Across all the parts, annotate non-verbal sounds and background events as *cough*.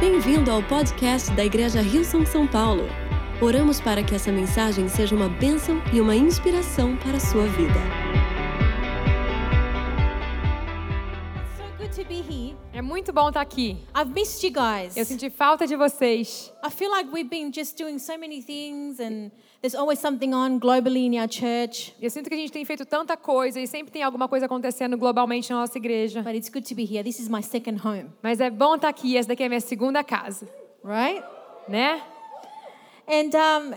Bem-vindo ao podcast da Igreja Rio São São Paulo. Oramos para que essa mensagem seja uma bênção e uma inspiração para a sua vida. So good to be here. É muito bom estar aqui. I've missed you guys. Eu senti falta de vocês. I feel like we've been just doing so many things, and there's always something on globally in our church. Eu sinto que a gente tem feito tanta coisa e sempre tem alguma coisa acontecendo globalmente na nossa igreja. But it's good to be here. This is my second home, Mas é bom estar aqui. Essa daqui é a minha segunda casa, right? né? And um,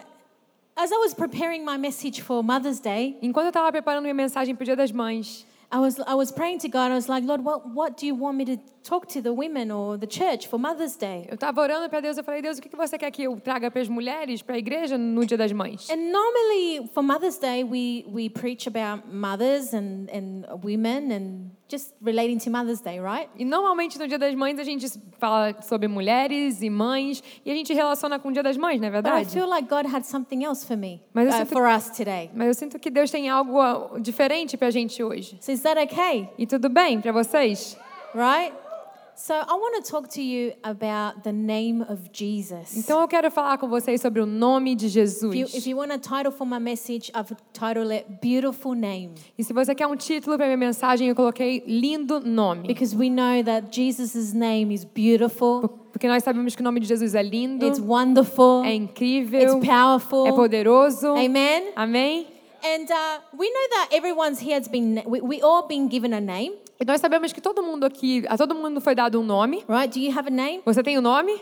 as I was preparing my message for Mother's Day, Enquanto eu estava preparando minha mensagem para o Dia das Mães, I was I was praying to God. I was like, Lord, what what do you want me to talk to the women or the church for Mother's Day? eu estava orando para Deus. Eu falei, Deus, o que que você quer que eu traga para as mulheres, para a igreja no Dia das Mães? And normally for Mother's Day, we we preach about mothers and and women and just relating to Mother's Day, right? E normalmente no Dia das Mães a gente fala sobre mulheres e mães e a gente relaciona com o Dia das Mães, não é But I verdade? feel like God had something else for me, Mas eu uh, sinto- for us today. Mas eu sinto que Deus tem algo ah, diferente para a gente hoje. So is that okay? E tudo bem para vocês? Right? So I want to talk to you about the name of Jesus. Então eu quero falar com vocês sobre o nome de Jesus. if, you, if you want a title for my message, I've titled it Beautiful Name E se você quer um título para minha mensagem, eu coloquei lindo nome. because we know that Jesus' name is beautiful, Porque nós sabemos que o nome de Jesus é lindo, it's wonderful, é incrível, it's powerful. é poderoso. Amen. Amém? And uh, we know that everyone's here has been, we, we all been given a name, E nós sabemos que todo mundo aqui, a todo mundo foi dado um nome. right? Do you have a name? Você tem o nome?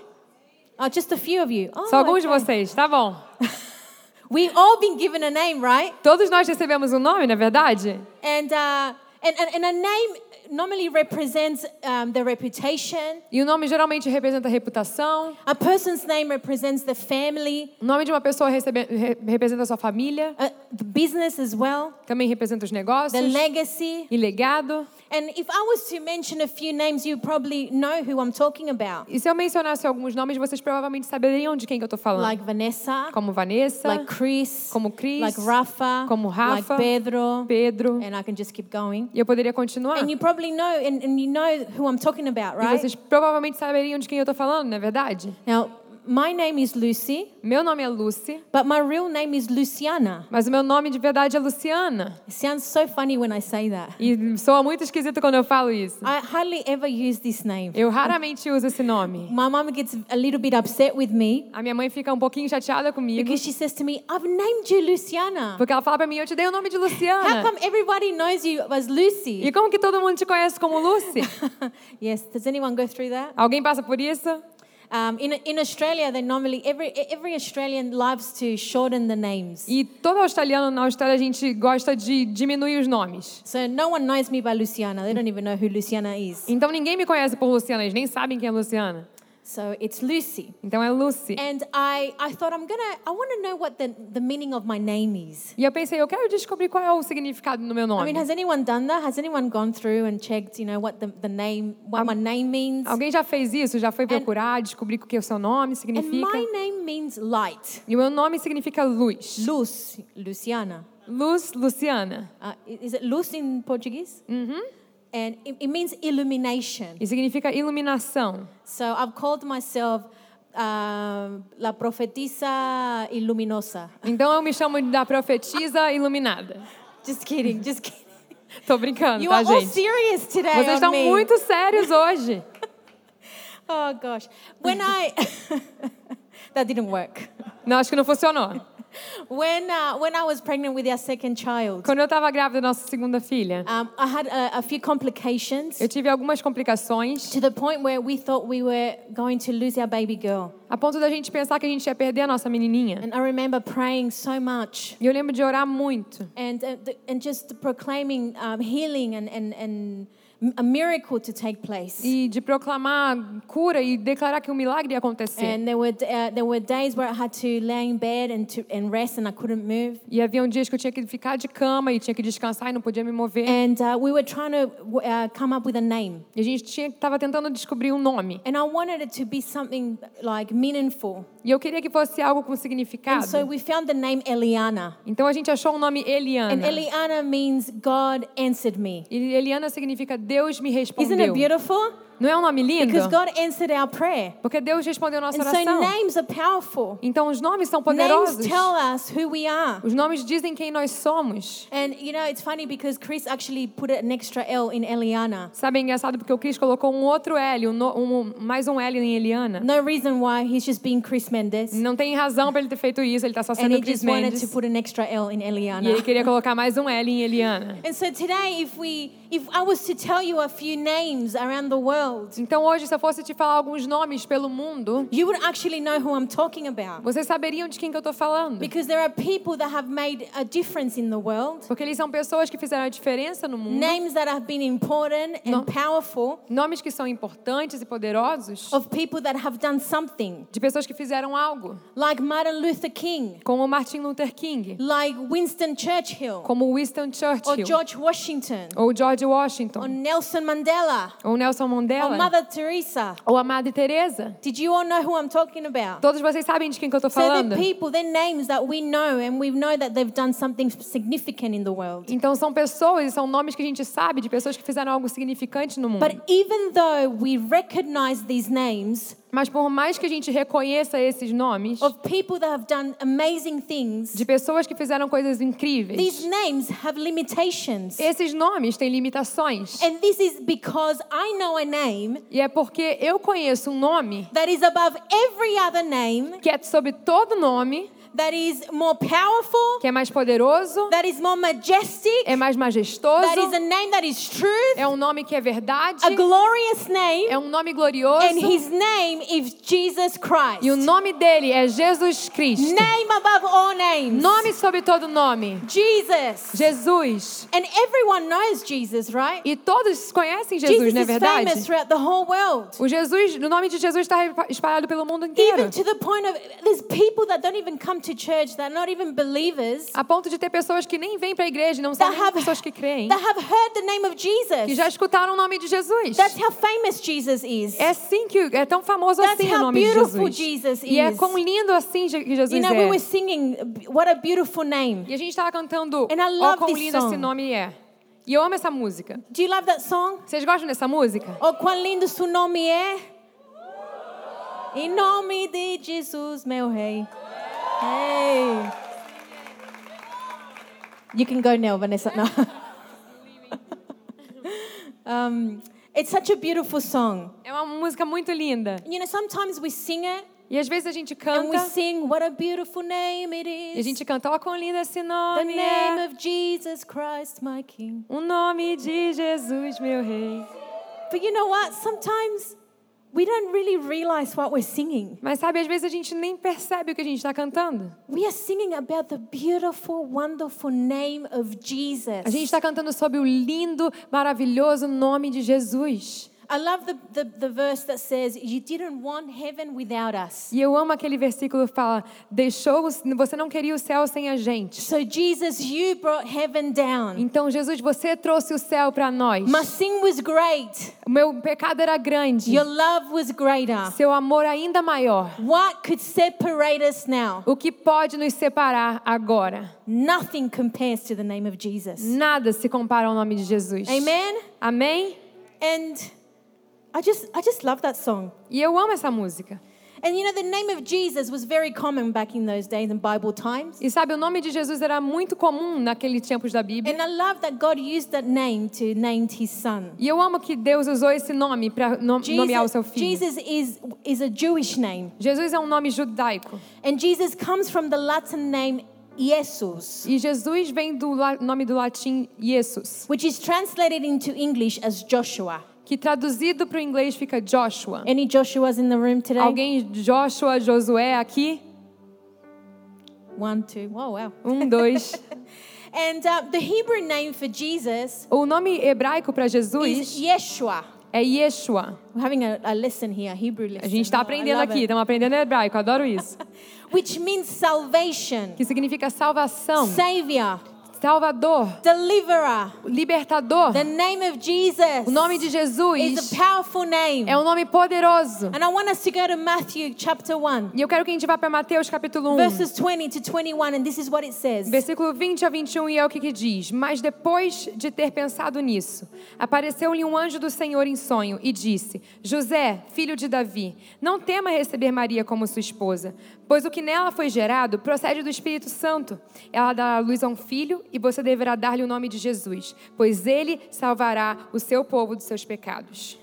Oh, just a few of you. Oh, Só alguns de okay. vocês, tá bom. We've all been given a name, right? Todos nós recebemos um nome, não é verdade? And, uh, and, and, and a name normally represents um, their reputation. E o nome geralmente representa a reputação. A person's name represents the family, O nome de uma pessoa recebe- re- representa a sua família, uh, the business as well, também representa os the negócios legacy. e legado. And if I was to mention a few names, you probably know who I'm talking about, E se eu mencionasse alguns nomes, vocês provavelmente saberiam de quem que eu tô falando. like Vanessa, como Vanessa, like Chris, como Chris, like Rafa, como Rafa, like Pedro, Pedro. and I can just keep going. E eu poderia continuar. And you probably know, and, and you know who I'm talking about, E right? vocês provavelmente saberiam de quem eu tô falando, não é verdade? Now, my name is Lucy, Meu nome é Lucy, but my real name is Luciana. mas o meu nome de verdade é Luciana. It sounds so funny when I say that. E soa muito esquisito quando eu falo isso. I hardly ever use this name. Eu raramente uso esse nome. My mom gets a little bit upset with me A minha mãe fica um pouquinho chateada comigo, because she says to me, I've named you Luciana. porque ela fala pra mim, eu te dei o nome de How Luciana. come everybody knows you as E Lucy? como que todo mundo te conhece como Lucy? *laughs* yes, does anyone go through that? Alguém passa por isso? Um, in, in Australia, they normally, every, every Australian loves to shorten the names. E todo australiano na Austrália, a gente gosta de diminuir os nomes. So no one knows me by Luciana. They don't even know who Luciana is. Então ninguém me conhece por Luciana, eles nem sabem quem é Luciana. So it's Lucy. Então é Lucy. And I, I thought I'm gonna, I want to know what the, the meaning of my name is. E eu pensei, eu quero descobrir qual é o significado do meu I nome. mean, has anyone done that? Has anyone gone through and checked, you know, what the, the name, Um, what my name means? Alguém já fez isso? Já foi procurar, descobrir o que o seu nome And significa? my name means light. E o meu nome significa luz. Luz, Luciana. Luz Luciana. Uh, i- is it luz in Portuguese? Mm-hmm. And it, it means illumination. E significa iluminação. So I've called myself um, La Profetisa Iluminosa. Então eu me chamo da profetisa iluminada. Just kidding, just kidding. Tô brincando, You tá, are all gente? serious today. Vocês on estão me. muito sérios hoje. Oh gosh. When *laughs* I *laughs* that didn't work. Não, acho que não funcionou. When uh, when I was pregnant with our second child, Quando eu tava grávida da nossa segunda filha, um, I had a, a few complications eu tive algumas complicações. to the point where we thought we were going to lose our baby girl. A ponto da gente pensar que a gente ia perder a nossa menininha. And I remember praying so much E eu lembro de orar muito. and uh, th- and just proclaiming um, healing and and and a miracle to take place. E de proclamar cura e declarar que um milagre ia acontecer. And there were d- uh, there were days where I had to lay in bed and to and rest and I couldn't move. E havia dias que eu tinha que ficar de cama e tinha que descansar e não podia me mover. And uh, we were trying to w- uh, come up with a name. E a gente tinha, tava tentando descobrir um nome. And I wanted it to be something like meaningful. E eu queria que fosse algo com And so significado. we found the name Eliana. Então a gente achou o nome And Eliana. Eliana means God answered me. E Eliana significa Deus me Isn't it respondeu. beautiful? Não é um nome lindo? because God answered our prayer. Porque Deus respondeu a nossa And so oração. names are powerful. Então os nomes são Names poderosos. tell us who we are. Os nomes dizem quem nós somos. And you know, it's funny because Chris actually put an extra L in Eliana. Sabe, é engraçado porque o Cris colocou um outro L, um no- um- mais um L em Eliana. No reason why he's just being Chris Mendes. Não tem razão para ele ter feito isso, ele tá só And sendo he Chris just wanted Mendes. to put an extra L in tipo Eliana. E ele queria colocar mais um L em Eliana. And so today, if we, if I was to tell you a few names around the world, Então hoje, se eu fosse te falar alguns nomes pelo mundo, you would actually know who I'm talking about. vocês saberiam de quem que eu tô falando. Because there are people that have made a difference in the world, Porque eles são pessoas que fizeram a diferença no mundo. names that have been important and No. powerful, Nomes que são importantes e poderosos. of people that have done something, De pessoas que fizeram algo. like Martin Luther King, Como Martin Luther King. like Winston Churchill, Como Winston or Churchill. George Washington, Ou George or Washington. Nelson Mandela, Ou Nelson or Mandela. Mother Teresa. Ou a Madre Teresa. Did you all know who I'm talking about? Todos vocês sabem de quem que eu tô So falando. they're people, they're names that we know, and we know that they've done something significant in the world. Então são pessoas e são nomes que a gente sabe de pessoas que fizeram algo significante no mundo. But even though we recognize these names Mas por mais que a gente reconheça esses nomes of people that have done amazing things, de pessoas que fizeram coisas incríveis, these names have limitations. esses nomes têm limitações. And this is because I know a name E é porque eu conheço um nome that is above every other name, que é sobre todo nome, that is more powerful, que é mais poderoso, that is more majestic, é mais that is majestoso, a name that is truth, é um nome que é verdade, a glorious name, é um nome and glorioso. his name is Jesus Christ. E o nome dele é Jesus Cristo. Name above all names. Nome sobre todo nome. Jesus. Jesus. And everyone knows Jesus, right? E todos conhecem Jesus, Jesus não é is verdade? famous throughout the whole world. O Jesus, o nome de Jesus está espalhado pelo mundo inteiro. Even to the point of there's people that don't even come to church, that are not even believers, A ponto de ter pessoas que nem vêm para a igreja, não são that nem have, pessoas que creem, that have heard the name of que Jesus. já escutaram o nome de Jesus. That's how famous Jesus is. É assim que é tão famoso That's assim o how nome de beautiful Jesus. Jesus E é is. quão lindo assim Je- que Jesus You know, we were é. singing, What a Beautiful Name. E a gente estava cantando And I Ó love quão this lindo esse song. nome é. E eu amo essa música. Do you love that song? Vocês gostam dessa música? Oh, quão lindo seu nome é. Em nome de Jesus, meu rei. Hey. You can go now, Vanessa. No. *laughs* um, it's such a beautiful song. É uma música muito linda. You know, sometimes we sing it E às vezes a gente and we canta sing, what a beautiful name it e a is. gente canta Ó quão lindo esse The nome name é. of Jesus Christ, my King. O nome de Jesus, meu rei. But you know what? Sometimes we don't really realize what we're singing. Mas sabe, às vezes a gente nem percebe o que a gente está cantando. We are singing about the beautiful, wonderful name of Jesus. A gente está cantando sobre o lindo, maravilhoso nome de Jesus. I love the, the, the verse that says, You didn't want heaven without us. E eu amo aquele versículo que fala: Deixou, você não queria o céu sem a gente. So, Jesus, you brought heaven down. Então, Jesus, você trouxe o céu para nós. My sin was great, O meu pecado era grande, your love was greater. seu amor ainda maior. What could separate us now? O que pode nos separar agora? Nothing compares to the name of Jesus. Nada se compara ao nome de Jesus. Amen? Amém? And I just, I just love that song. E eu amo essa música. And you know, the name of Jesus was very common back in those days in Bible times. E sabe, o nome de Jesus era muito comum naqueles tempos da Bíblia. And I love that God used that name to name his son. E eu amo que Deus usou esse nome para nomear o seu filho. Jesus is, is a Jewish name, Jesus é um nome judaico. and Jesus comes from the Latin name Jesus, E Jesus vem do la- nome do latim Jesus, which is translated into English as Joshua. que traduzido para o inglês fica Joshua. Any Joshuas in the room today? Alguém Joshua, Josué aqui? One, two. Oh, wow. *laughs* Um, dois. And uh, the Hebrew name for Jesus o nome hebraico para is Jesus Yeshua. é Yeshua. We're having a, a lesson here, Hebrew lesson. A gente está Oh, I aprendendo love aqui, it. estamos aprendendo *laughs* hebraico, adoro isso. Which means salvation, Que significa salvação, savior, Salvador, Deliverer. libertador. The name of Jesus O nome de is Jesus a powerful name. é um nome poderoso. And I want us to go to Matthew chapter 1, E eu quero que a gente vá para Mateus capítulo 1. verses 20 to 21, and this is what it says. Versículo 20 a 21 e é o que, que diz: Mas depois de ter pensado nisso, apareceu-lhe um anjo do Senhor em sonho e disse: José, filho de Davi, não tema receber Maria como sua esposa, pois o que nela foi gerado procede do Espírito Santo. Ela dará à luz a um filho e você deverá dar-lhe o nome de Jesus, pois ele salvará o seu povo dos seus pecados.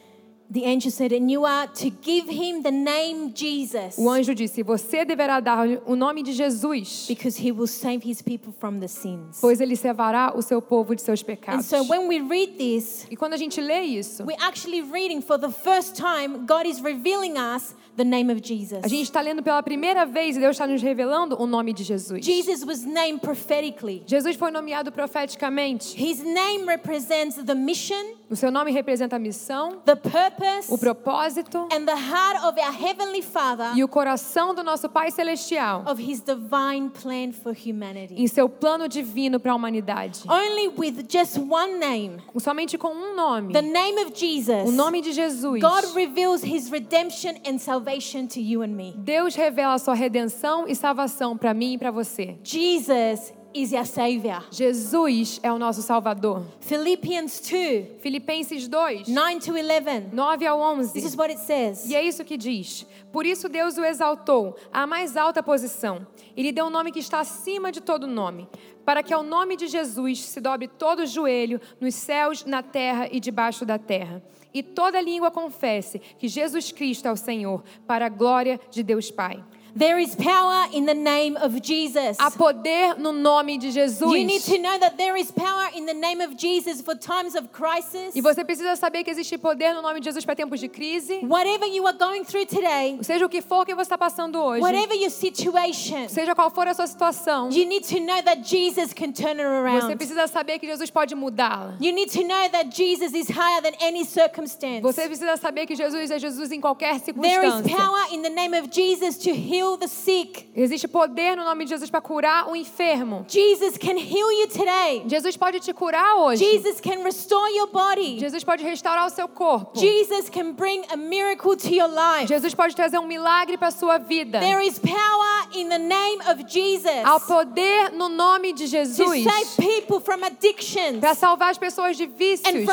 The angel said, And you are to give him the name Jesus O anjo disse: Você deverá dar-lhe o nome de Jesus, because he will save his people from the sins. pois ele salvará o seu povo de seus And pecados. so when we read this, E quando a gente lê isso, we're actually reading for the first time, God is revealing us the name of Jesus. A gente está lendo pela primeira vez e Deus está nos revelando o nome de Jesus. Jesus was named prophetically. Jesus foi nomeado profeticamente. His name represents the mission, O seu nome representa a missão, the purpose, o propósito and the heart of our Heavenly Father e o coração do nosso Pai Celestial of His divine plan for em humanity. seu plano divino para a humanidade. Only with just one name, Somente com um nome, the name of Jesus, o nome de Jesus. God reveals His redemption and salvation to you and me. Deus revela a sua redenção e salvação para mim e para você. Jesus is our Savior. Jesus é o nosso Salvador. Philippians 2 Filipenses 2, 9 to 11. 9 ao 11. This is what it says. E é isso que diz. Por isso Deus o exaltou à mais alta posição. E lhe deu um nome que está acima de todo nome, para que ao nome de Jesus se dobre todo o joelho nos céus, na terra e debaixo da terra. E toda língua confesse que Jesus Cristo é o Senhor, para a glória de Deus Pai. There is power in the name of Jesus. Há poder no nome de You need Jesus. to know that there is power in the name of Jesus for times of crisis. E você precisa saber que existe poder no nome de Jesus para tempos de crise. Whatever you are going through today, Seja o que for que você está passando hoje, whatever your situation, seja qual for a sua situação, you need to know that Jesus can turn it Você around. precisa saber que Jesus pode mudá-la. You need to know that Jesus is higher than any circumstance. Você precisa saber que Jesus é Jesus em qualquer There is circunstância. power in the name of Jesus to heal the sick. Existe poder no nome de Jesus para curar o enfermo. Jesus can heal you today. Jesus pode te curar hoje. Jesus can restore your body. Jesus pode restaurar o seu corpo. Jesus can bring a miracle to your life. Jesus pode trazer um milagre para a sua vida. There is power in the name of Jesus Há poder no nome de to Jesus save people from addictions para salvar as pessoas de and from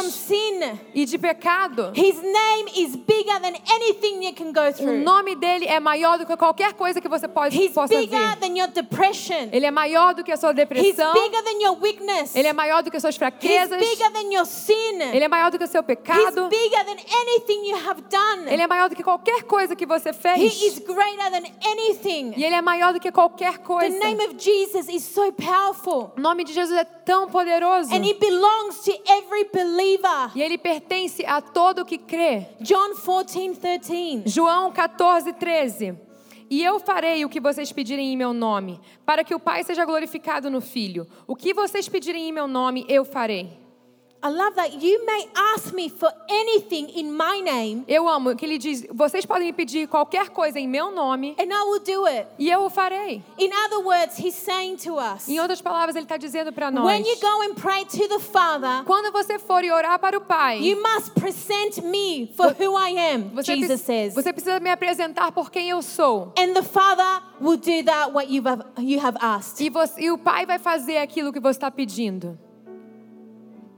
vícios sin. e de pecado. His name is bigger than anything you can go O through. nome dele é maior do que qualquer coisa que você pode, He's possa bigger ver. than your depression. Ele é maior do que a sua He's depressão. bigger than your weakness. Ele é maior do que as suas He's fraquezas. bigger than your sin. Ele é maior do que o seu He's pecado. bigger than anything you have Ele done. é maior do que qualquer coisa que você He fez. is greater than anything. E ele é maior do que qualquer The coisa. name of Jesus is so powerful O nome de Jesus é tão poderoso. and it belongs to every believer. E ele pertence a todo que crê. John 14 13. João 14, 13. E eu farei o que vocês pedirem em meu nome, para que o Pai seja glorificado no Filho. O que vocês pedirem em meu nome, eu farei. I love that you may ask me for anything in my name Eu amo que ele diz: vocês podem me pedir qualquer coisa em meu nome, and I will do it. e eu o farei. In other words, he's saying to us, E Em outras palavras, ele está dizendo para nós: when you go and pray to the Father, quando você for e orar para o Pai, you must present me for who I am, Você, Jesus pre- says. você precisa me apresentar por quem eu sou. And the Father will do that what you have, you have asked. E, você- e o Pai vai fazer aquilo que você está pedindo.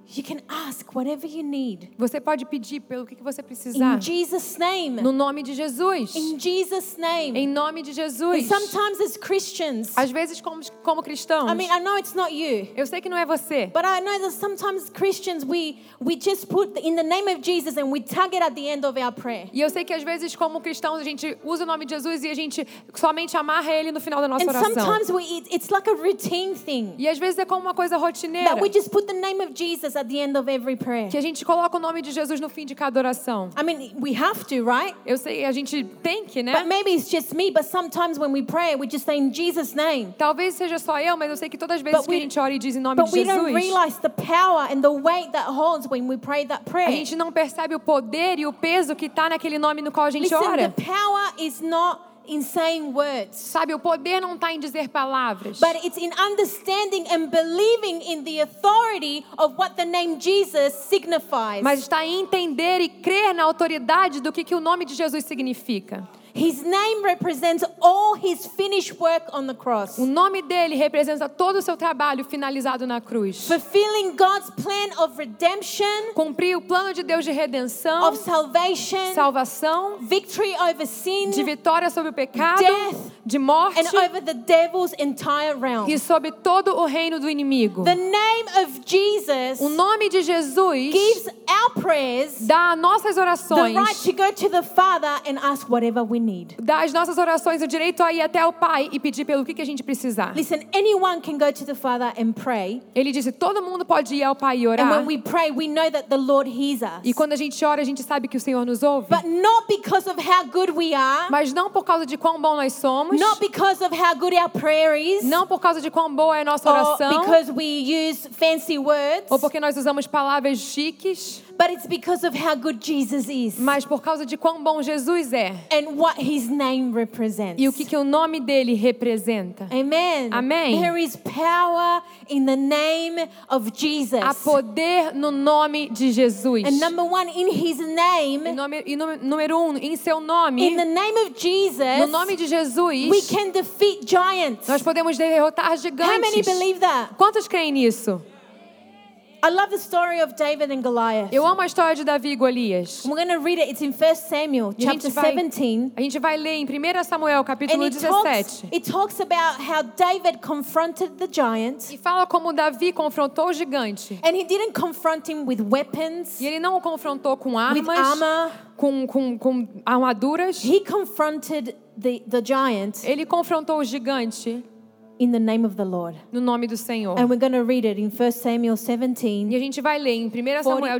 You can ask whatever you need. Você pode pedir pelo que que você precisar. In Jesus' name. No nome de Jesus. In Jesus' name. Em nome de And Jesus. sometimes as Christians, Às vezes, como, como cristãos, I mean, I know it's not you. eu sei que não é você. But I know that sometimes Christians, we, we just put in the name of Jesus and we tag it at the end of our prayer. E eu sei que às vezes, como cristãos, a gente usa o nome de Jesus e a gente somente amarra ele no final da nossa And oração. sometimes we, it, it's like a routine thing E às vezes é como uma coisa rotineira that we just put the name of Jesus at the end of every prayer. que a gente coloca o nome de Jesus no fim de cada oração. I mean, we have to, right? Eu sei, a gente tem que, né? But maybe it's just me, but sometimes when we pray, we just say in Jesus' name. Talvez seja só eu, mas eu sei que todas as vezes But que a we- gente ora e diz em nome But de we don't Jesus, realize the power and the weight that holds when we pray that a prayer. gente não percebe o poder e o peso que está naquele tá nome no qual a gente Listen, the ora. power is not in saying words, Sabe, o poder não está em dizer palavras, but it's in understanding and believing in the authority of what the name Jesus signifies. mas está em entender e crer na autoridade do que, que o nome de Jesus significa. His name represents all his finished work on the cross, O nome dele representa todo o seu trabalho finalizado na cruz. fulfilling God's plan of redemption, Cumprir o plano de Deus de redenção, of salvation, salvação, victory over sin, de vitória sobre o pecado, Death. de morte and over the devil's entire realm. e sobre todo o reino do inimigo. The name of Jesus O nome de Jesus gives our prayers dá às nossas the right orações, to go to the Father and ask whatever we need. dá às nossas orações o direito a ir até o Pai e pedir pelo que, que a gente precisar. Listen, anyone can go to the Father and pray. Ele disse: todo mundo pode ir ao Pai e And when orar. we pray, we know that the Lord hears us. E quando a gente ora, a gente sabe que o Senhor nos ouve. But not because of how good we are, Mas não por causa de quão bom nós somos, not because of how good our prayer is, não por causa de quão boa é a nossa or oração, because we use fancy words, ou porque nós usamos palavras chiques, but it's because of how good Jesus is mas por causa de quão bom Jesus é and what his name represents. e o que, que o nome dele representa. Amen. Amém. There is power in the name of Jesus. Há poder no nome de Jesus. And number one, in his E, name, nome- e nome- número um, em seu in nome, the name of Jesus, no nome de we Jesus, can defeat giants. nós podemos derrotar How many gigantes. believe that? Quantos creem nisso? I love the story of David and Goliath. Eu amo a história de Davi e Golias. We're going to read it. It's in 1 Samuel E a gente chapter vai- 17. A gente vai ler em 1 Samuel, And capítulo it talks, 17. it talks about how David confronted the giant. E fala como Davi confrontou o gigante. And he didn't confront him with weapons, E ele não o confrontou com with armas, armor. com, com, com armaduras. He confronted the, the giant Ele confrontou o gigante in the name of the Lord. no nome do Senhor. And we're going to read it in 1 Samuel E 17, a gente vai ler em 1 Samuel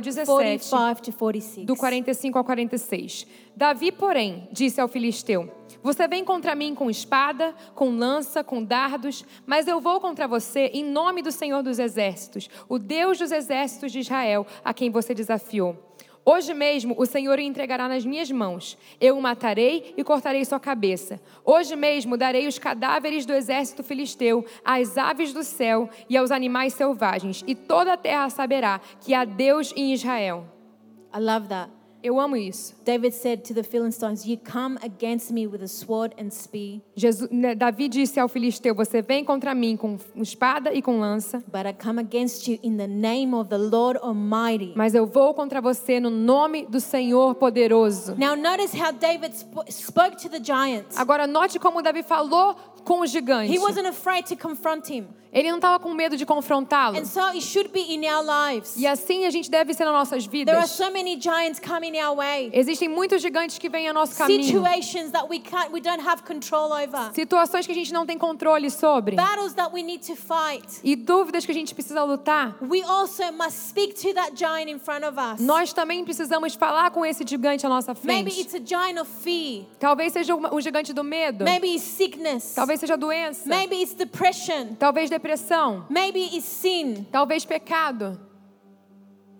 40, 17, 45 to 46. do 45 ao 46. Davi, porém, disse ao filisteu: Você vem contra mim com espada, com lança, com dardos, mas eu vou contra você em nome do Senhor dos Exércitos, o Deus dos Exércitos de Israel, a quem você desafiou. Hoje mesmo o Senhor o entregará nas minhas mãos. Eu o matarei e cortarei sua cabeça. Hoje mesmo darei os cadáveres do exército filisteu às aves do céu e aos animais selvagens, e toda a terra saberá que há Deus em Israel. I love that. Eu amo isso. David said to the Philistines, You come against me with a sword and spear, Jesus- né, Davi disse ao filisteu: Você vem contra mim com espada e com lança, but I come against you in the name of the Lord Almighty. mas eu vou contra você no nome do Senhor poderoso. Now, notice how David sp- spoke to the giant. Agora, note como Davi falou com o gigante. He wasn't afraid to confront him. Ele não estava com medo de confrontá-lo. And so it should be in our lives. E assim a gente deve ser nas nossas There are vidas. so many giants coming our way, Existem muitos gigantes que vêm ao nosso caminho, situations that we, can't, we don't have control over, situações que a gente não tem controle sobre battles that we need to fight. e dúvidas que a gente precisa lutar. We also must speak to that giant in front of us. Nós também precisamos falar com esse gigante à nossa Maybe frente. it's a giant of fear. Talvez seja uma- o gigante do medo. Maybe it's sickness. Talvez seja doença. Maybe it's depression. Talvez depressão. Maybe it's sin. Talvez pecado.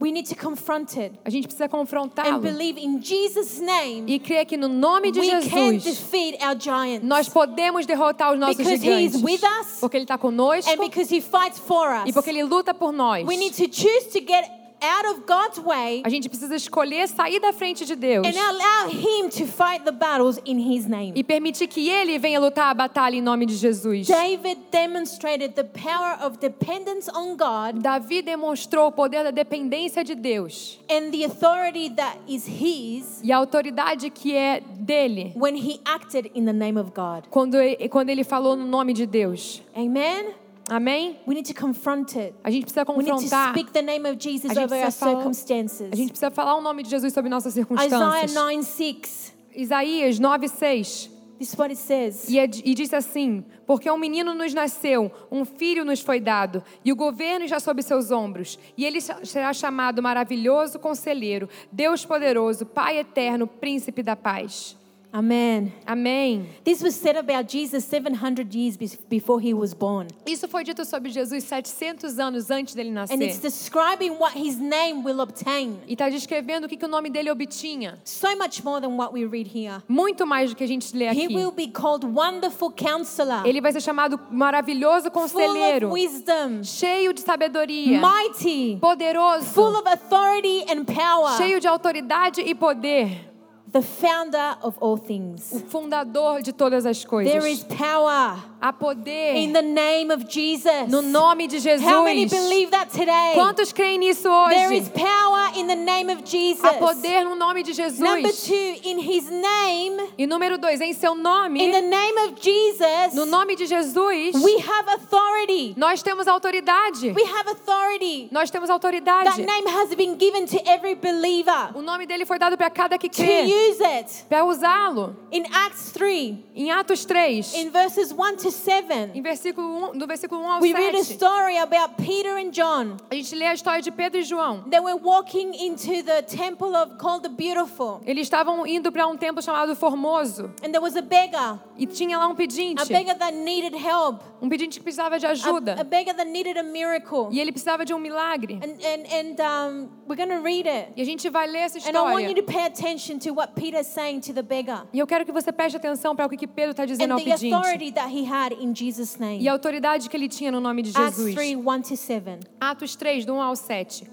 We need to confront it A gente precisa and confrontá-lo. believe in Jesus' name E crer que no nome de we can Jesus defeat our giants. nós podemos derrotar os nossos Because he is gigantes. with us. Porque Ele está conosco And because he fights for us. e porque Ele luta por nós. We need to choose to get out of God's way A gente precisa escolher sair da frente de Deus and allow him to fight the battles in his name. e permitir que Ele venha lutar a batalha em nome de Jesus. David demonstrated the power of dependence on God Davi demonstrou o poder da dependência de Deus and the authority that is his e a autoridade que é dele when he acted in the name of God. quando e- quando ele falou no nome de Deus. Amen. Amém? We need to confront it. A gente precisa We need to confrontar. speak the name of Jesus A gente over our precisa falar- A gente circumstances. precisa falar o nome de Jesus sobre nossas Isaiah circunstâncias. 9 6. Isaías 9, 6. This is what it says. E, é- e diz assim: Porque um menino nos nasceu, um filho nos foi dado, e o governo está sob seus ombros. E ele sa- será chamado Maravilhoso Conselheiro, Deus Poderoso, Pai Eterno, Príncipe da Paz. Amen. Amém. This was said about Jesus 700 years be- before he was born. Isso foi dito sobre Jesus 700 anos antes dele And it's nascer. describing what his name will obtain. E está descrevendo o que, que o nome dele obtinha. So much more than what we read here. Muito mais do que a gente lê He aqui. will be called Wonderful Counselor, Ele vai ser chamado maravilhoso full of conselheiro, wisdom, cheio de sabedoria, mighty, full poderoso, of authority and power, cheio de autoridade e poder, the founder of all things. o fundador de todas as There is coisas. power Há in poder the name of Jesus. no nome de How many Jesus. believe that today? Quantos creem nisso There is hoje? power in the name of Jesus. Há poder no nome de Number Jesus. two, in his name, E número dois, em seu in the nome, name of Jesus, no nome de Jesus, we have authority. nós temos autoridade. We have authority. Nós temos That autoridade. name has been given to every believer O nome dele foi dado para cada que to crê, use it. para usá-lo. In Acts 3, Em Atos 3, in verses 1 to em 7, versículo 1, do versículo 1 ao we read a 7, story about Peter and John. a gente lê a história de Pedro e João. They were walking into the temple of called the Beautiful, Eles estavam indo para um templo chamado Formoso and there was a beggar, e tinha lá um a pedinte, beggar that needed help, um pedinte que precisava de a, a ajuda beggar that needed a miracle. e ele precisava de um milagre. And and and um, we're going to read it. E a gente vai ler essa And I want you história. to pay attention to what Peter's saying to the beggar E eu quero que você preste atenção para o que que Pedro está and dizendo ao the pedinte authority that he had in Jesus' name. e a autoridade que ele tinha no nome de Acts Jesus. 3 1 to 7. Atos 3, do 1 ao 7.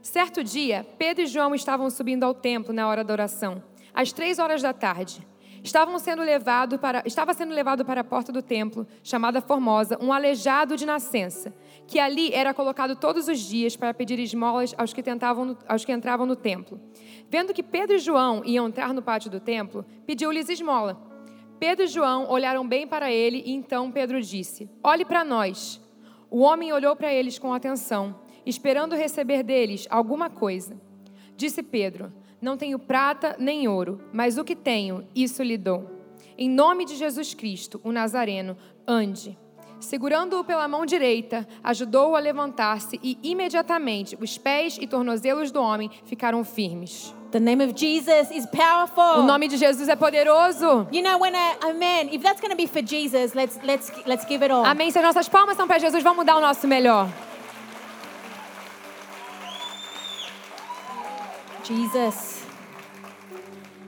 Certo dia, Pedro e João estavam subindo ao templo na hora da oração, às três horas da tarde. Estavam sendo levado para, estava sendo levado para a porta do templo, chamada Formosa, um aleijado de nascença, que ali era colocado todos os dias para pedir esmolas aos que, tentavam no- aos que entravam no templo. Vendo que Pedro e João iam entrar no pátio do templo, pediu-lhes esmola. Pedro e João olharam bem para ele e então Pedro disse: Olhe para nós. O homem olhou para eles com atenção, esperando receber deles alguma coisa. Disse Pedro: Não tenho prata nem ouro, mas o que tenho, isso lhe dou. Em nome de Jesus Cristo, o Nazareno, ande. Segurando-o pela mão direita, ajudou-o a levantar-se e imediatamente os pés e tornozelos do homem ficaram firmes. The name of Jesus is powerful. O nome de Jesus é poderoso. You know when I amen, if that's going to be for Jesus, let's let's let's give it all. Amém. Se as nossas palmas são para Jesus, vamos dar o nosso melhor. Jesus.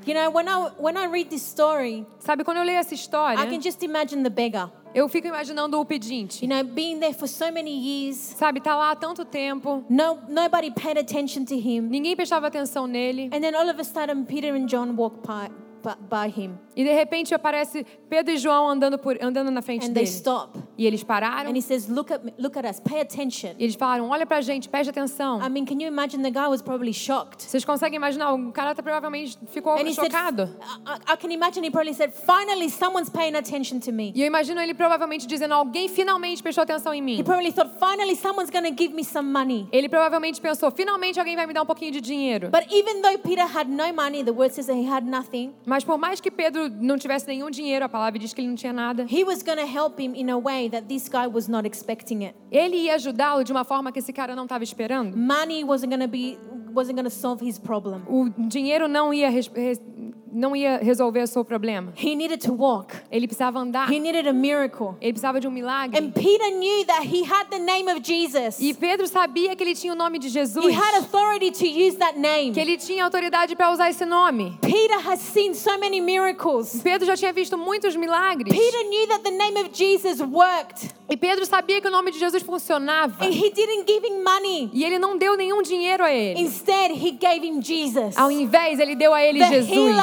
You know when I when I read this story, Sabe, quando eu leio essa I can história, just imagine the beggar. eu fico imaginando o You pedinte. know, being there for so many years, Sabe, tá lá há tanto tempo, no nobody paid attention to him. ninguém prestava atenção nele, And then all of a sudden Peter and John walk by, by, by him e de repente aparece Pedro e João andando, por, andando na frente and they dele. stop. E eles pararam, And he e says, "Look at me, look at us. Pay attention." eles falaram: Olha pra gente, preste atenção. I mean, can you imagine the guy was probably shocked. Vocês conseguem imaginar? O cara tá, provavelmente ficou And he said, chocado. I, I can imagine he probably said, finally, someone's paying attention to me. E eu imagino ele provavelmente dizendo: Alguém finalmente prestou atenção em He mim. probably thought, finally, someone's going to give me some money. Ele provavelmente pensou: Finalmente alguém vai me dar um pouquinho de dinheiro. But even though Peter had no money, the word says that he had nothing, Mas por mais que Pedro não tivesse nenhum dinheiro, a palavra diz que ele não tinha nada. he was going to help him in a way that this guy was not expecting it. Ele ia ajudá-lo de uma forma que esse cara não estava esperando. Money wasn't going to be, wasn't going to solve his problem. O dinheiro não ia, res- res- não ia resolver o seu problema. He needed to walk, Ele precisava andar. he needed a miracle. Ele precisava de um milagre. And Peter knew that he had the name of Jesus, E he Pedro sabia que ele tinha o nome de Jesus. had authority to use that name. Que ele tinha autoridade para usar esse nome. Peter has seen so many miracles. Pedro já tinha visto muitos milagres. Peter knew that the name of Jesus worked, E Pedro sabia que o nome de Jesus funcionava. and he didn't give him money. E ele não deu nenhum dinheiro a ele. Instead, he gave him Jesus. Ao invés, ele deu a ele The Jesus.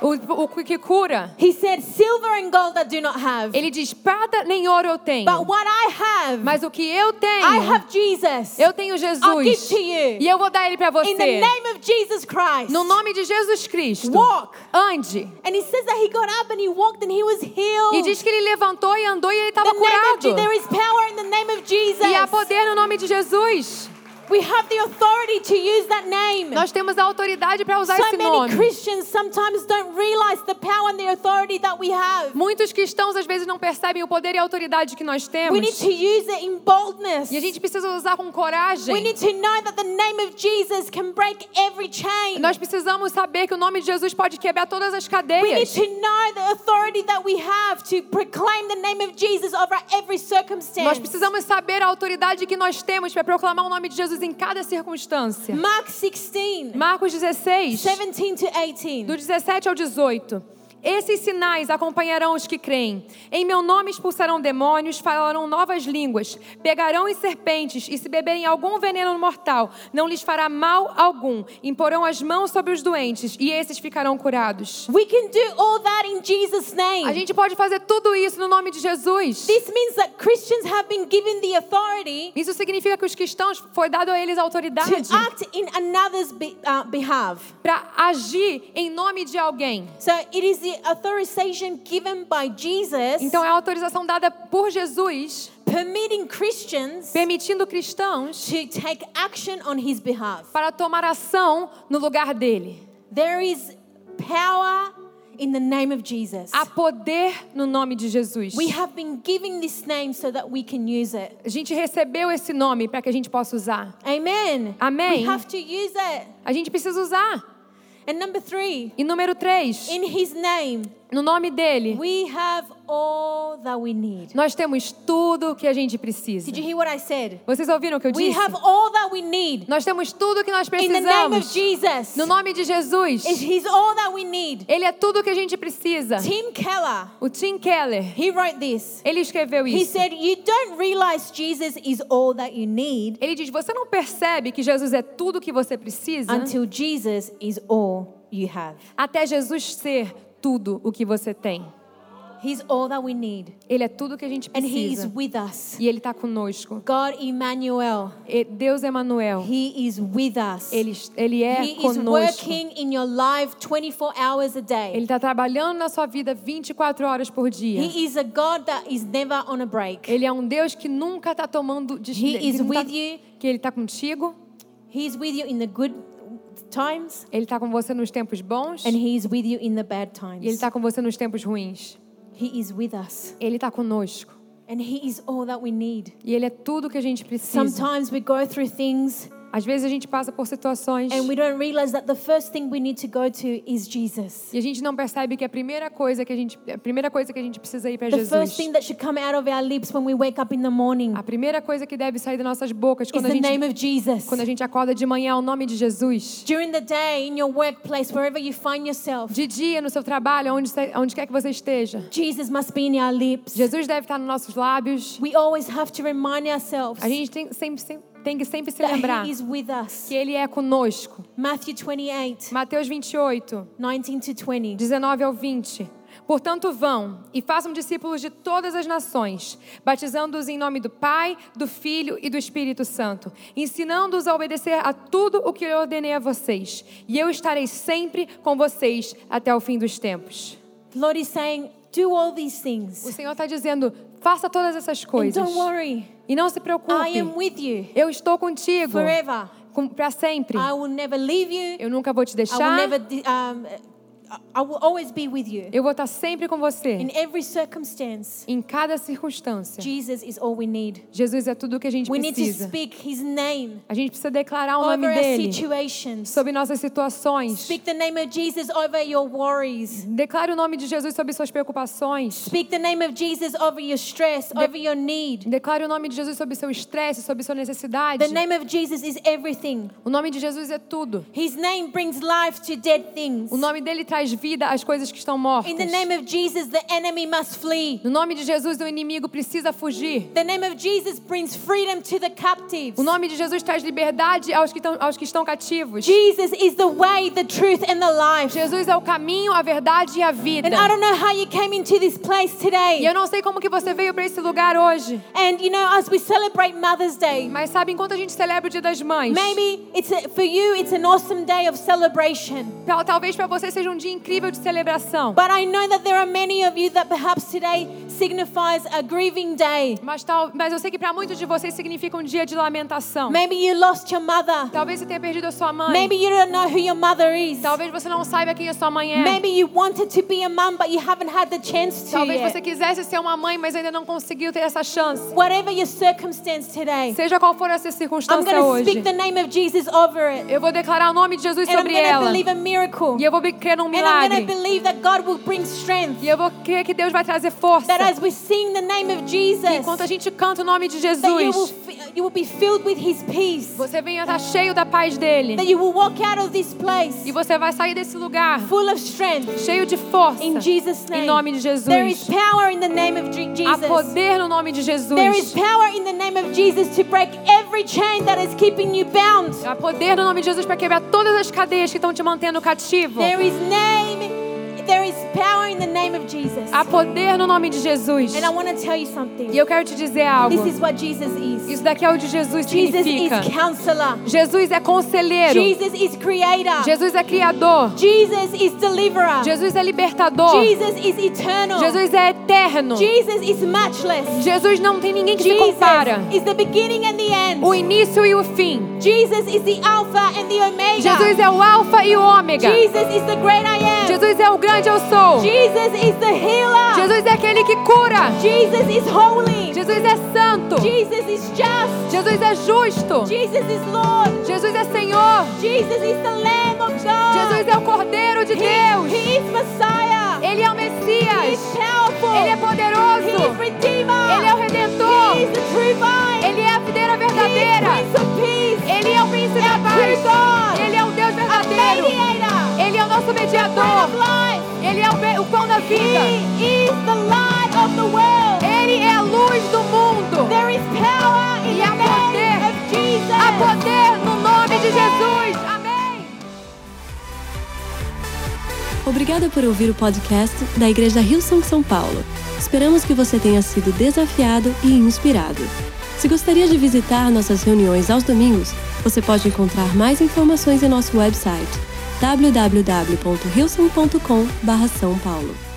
O, o que cura. He said, Silver and gold I do not have, Ele diz: prata nem ouro eu tenho. but what I have, Mas o que eu I tenho, have Jesus. eu tenho I'll give Jesus. to you. E eu vou dar ele para In the você. name of Jesus Christ. No nome de Jesus Cristo. Walk. Ande. And he says that he got up and he walked and he was healed. E diz que ele levantou e andou e ele estava the name of Je- there curado. is power in the name of Jesus. E há poder no nome de Jesus. We have the authority to use that name. Nós temos a autoridade para usar so esse many nome. Christians sometimes don't realize the power and the authority that we have. Muitos cristãos às vezes não percebem o poder e a autoridade que nós temos. We need to use it in boldness. E a gente We precisa usar com coragem. need to know that the name of Jesus can break every chain. Nós precisamos saber que o nome de Jesus pode quebrar todas as We need cadeias. to know the authority that we have to proclaim the name of Jesus over every Nós circumstance. precisamos saber a autoridade que nós temos para proclamar o nome de Jesus em cada circunstância. Mark 16, Marcos 16, 17 to 18. do 17 ao 18. Esses sinais acompanharão os que creem. Em meu nome expulsarão demônios, falarão novas línguas, pegarão em serpentes e se beberem algum veneno mortal, não lhes fará mal algum. Imporão as mãos sobre os doentes e esses ficarão curados. We can do all that in Jesus' A name. gente pode fazer tudo isso no nome de Jesus. This means that Christians have been given the authority Isso significa que os cristãos foi dado a eles a to autoridade act in another's be- uh, behalf. para agir em nome de alguém. So it is the authorization given by Jesus Então é a autorização dada por Jesus, permitting Christians permitindo cristãos to take action on his behalf. para tomar ação no lugar dele. There is power in the name of Jesus. Há poder no nome de Jesus. We have been given this name so that we can use it. A gente recebeu esse nome para que a gente possa usar. Amen. Amém. We have to use it. A gente precisa usar. And number three, E número três, in his name, no nome dele, we have all that we need. nós temos tudo o que a gente precisa. Did you hear what I said? Vocês ouviram o que eu We disse? have all that we need Nós temos tudo o que nós in the name of precisamos. Jesus. No nome de Jesus. It- He's all that we need. Ele é tudo o que a gente precisa. Tim Keller, O Tim Keller, he wrote this. ele escreveu He isso. said, You don't realize Jesus is all that you need Ele diz: Você não percebe que Jesus é tudo o que você precisa until Jesus is all you have. até Jesus ser tudo o que você tem. He's all that we need. Ele é tudo o que a gente And He is precisa. with us. E ele está conosco. God Emmanuel, E Deus Emanuel, He is with us. ele, ele é He is conosco. working in your life 24 hours a Ele day. está trabalhando na sua vida 24 horas por dia. He is a God that is never on a break. Ele é um Deus que nunca está tomando He descanso. is with you. Que ele está contigo. He is with you in the good times Ele está com você nos tempos bons. and He is with you in the bad E Ele times. está com você nos tempos ruins. He is with us Ele está conosco. and He is all that we need. E Ele é tudo que a gente precisa. Sometimes we go through things Às vezes a gente passa por situações and we don't realize that the first thing we need to go to is Jesus. e a gente não percebe que é a primeira coisa que a gente, a primeira coisa que a gente precisa ir para The first Jesus. thing that should come out of our lips when we wake up in the morning A primeira coisa que deve sair das nossas bocas is quando a the name gente, of Jesus. quando a gente acorda de manhã é o nome de Jesus. During the day, in your workplace, wherever you find yourself, De dia, no seu trabalho, onde, se- onde quer que você esteja. Jesus must be in our lips. Jesus deve estar nos nossos lábios. We always have to remind ourselves A gente tem, sempre, sempre- tem que sempre se that lembrar He is with us. que Ele é conosco. Matthew 28, Mateus 28. 19 to 20. 19 ao 20. Portanto, vão e façam discípulos de todas as nações, batizando-os em nome do Pai, do Filho e do Espírito Santo, ensinando-os a obedecer a tudo o que eu ordenei a vocês. E eu estarei sempre com vocês até o fim dos tempos. The Lord is saying, do all these O things. Senhor está dizendo: faça todas essas And coisas. don't worry, E não se I am preocupe, with you eu estou contigo forever. para sempre. I will never leave you. Eu nunca vou te I will deixar, never, di- um, I- I will always be with you. eu vou estar sempre com In você, every circumstance, em cada circunstância. Jesus is all we need. Jesus é tudo o que a gente We need to precisa. speak His name A gente precisa declarar o nome over our dele situations. sobre nossas situações. Speak the name of Jesus over your worries. Declare o nome de Jesus sobre suas preocupações. Speak the name of Jesus over your stress, over your need. Declare o nome de Jesus sobre seu estresse, sobre sua necessidade. The name of Jesus is everything. O nome de Jesus é tudo. His name brings life to dead things. O nome dele traz vida às coisas que estão In mortas. the name of Jesus, the enemy must flee. No nome de Jesus, o inimigo precisa fugir. The name of Jesus brings freedom to the captives. O nome de Jesus traz liberdade aos que estão, aos que estão cativos. Jesus is the way, the truth, and the life. Jesus é o caminho, a verdade e a vida. And I don't know how you came into this place E today. eu não sei como que você veio para esse lugar hoje, And you know, as we celebrate Mother's Day, mas sabe, enquanto a gente celebra o Dia das Mães, maybe it's a, for you, it's an awesome day of celebration. tal- talvez para você seja um dia incrível de celebração. But I know that there are many of you that perhaps today signifies a grieving day. Mas, tal, mas eu sei que para muitos de vocês significa um dia de lamentação. Maybe you lost your mother. Talvez você tenha perdido a sua mãe. Maybe you don't know who your mother is. Talvez você não saiba quem a sua mãe é. Maybe you wanted to be a mum, but you haven't had the chance to Talvez você yet. quisesse ser uma mãe, mas ainda não conseguiu ter essa chance. Whatever your circumstance today, Seja qual for essa I'm circunstância going to speak the hoje, name of Jesus over it. eu vou declarar o nome de Jesus And I'm sobre going to ela. believe a miracle. E eu vou be- crer num And I'm going to milagre. believe that God will bring strength. E eu vou crer que Deus vai trazer força. That as we sing the name of Jesus, Enquanto a gente canta o nome de that you will, Jesus, f- you will be filled with His peace. você venha estar cheio da paz dele. That you will walk out of this E place você vai sair desse lugar full of strength. cheio de força. In Jesus' name. Em nome de There is Jesus. power in the name of Je- Há Jesus. poder no nome de There is Jesus. power in the name of Jesus to break every chain that is keeping you bound. Há poder no nome de Jesus para quebrar todas as cadeias que estão te mantendo cativo. There is name, there is power in the name of Jesus. Há poder no nome de Jesus. And I want to tell you something. E eu quero te dizer algo. This is what Jesus is. Isso daqui é o de Jesus Jesus is significa. counselor. Jesus é conselheiro. Jesus is creator. Jesus é criador. Jesus is deliverer. Jesus é libertador. Jesus is eternal. Jesus é eterno. Jesus is matchless. Jesus não tem ninguém que se Jesus compara. is the beginning and the end. O início e o fim. Jesus is the Alpha and the Omega. Jesus é o alfa e o ômega. Jesus is the great I am. Jesus é o grande eu sou. Jesus is the healer. Jesus é aquele que cura. Jesus is holy. Jesus é santo. Jesus is just. Jesus é justo. Jesus is Lord. Jesus é Senhor. Jesus is the Lamb of God. Jesus é o Cordeiro de He- Deus. He is Messiah. Ele é o He Messias. is powerful. Ele é He is poderoso. Redeemer. Ele é o He Redentor. is the true vine. Ele é a He videira is verdadeira. Prince of Peace. Ele é o príncipe da True paz. God. Ele é o Deus verdadeiro. Mediator. Ele é o nosso Bread of mediador. life. Ele é o, be- o pão da vida. He is the light of the world. Ele é a luz do mundo. There is power in E the há name poder. of Jesus. Há poder no nome de Jesus. Amém. Obrigada por ouvir o podcast da Igreja Hillsong São Paulo. Esperamos que você tenha sido desafiado e inspirado. Se gostaria de visitar nossas reuniões aos domingos, você pode encontrar mais informações em nosso website www.hillsong.com/são paulo.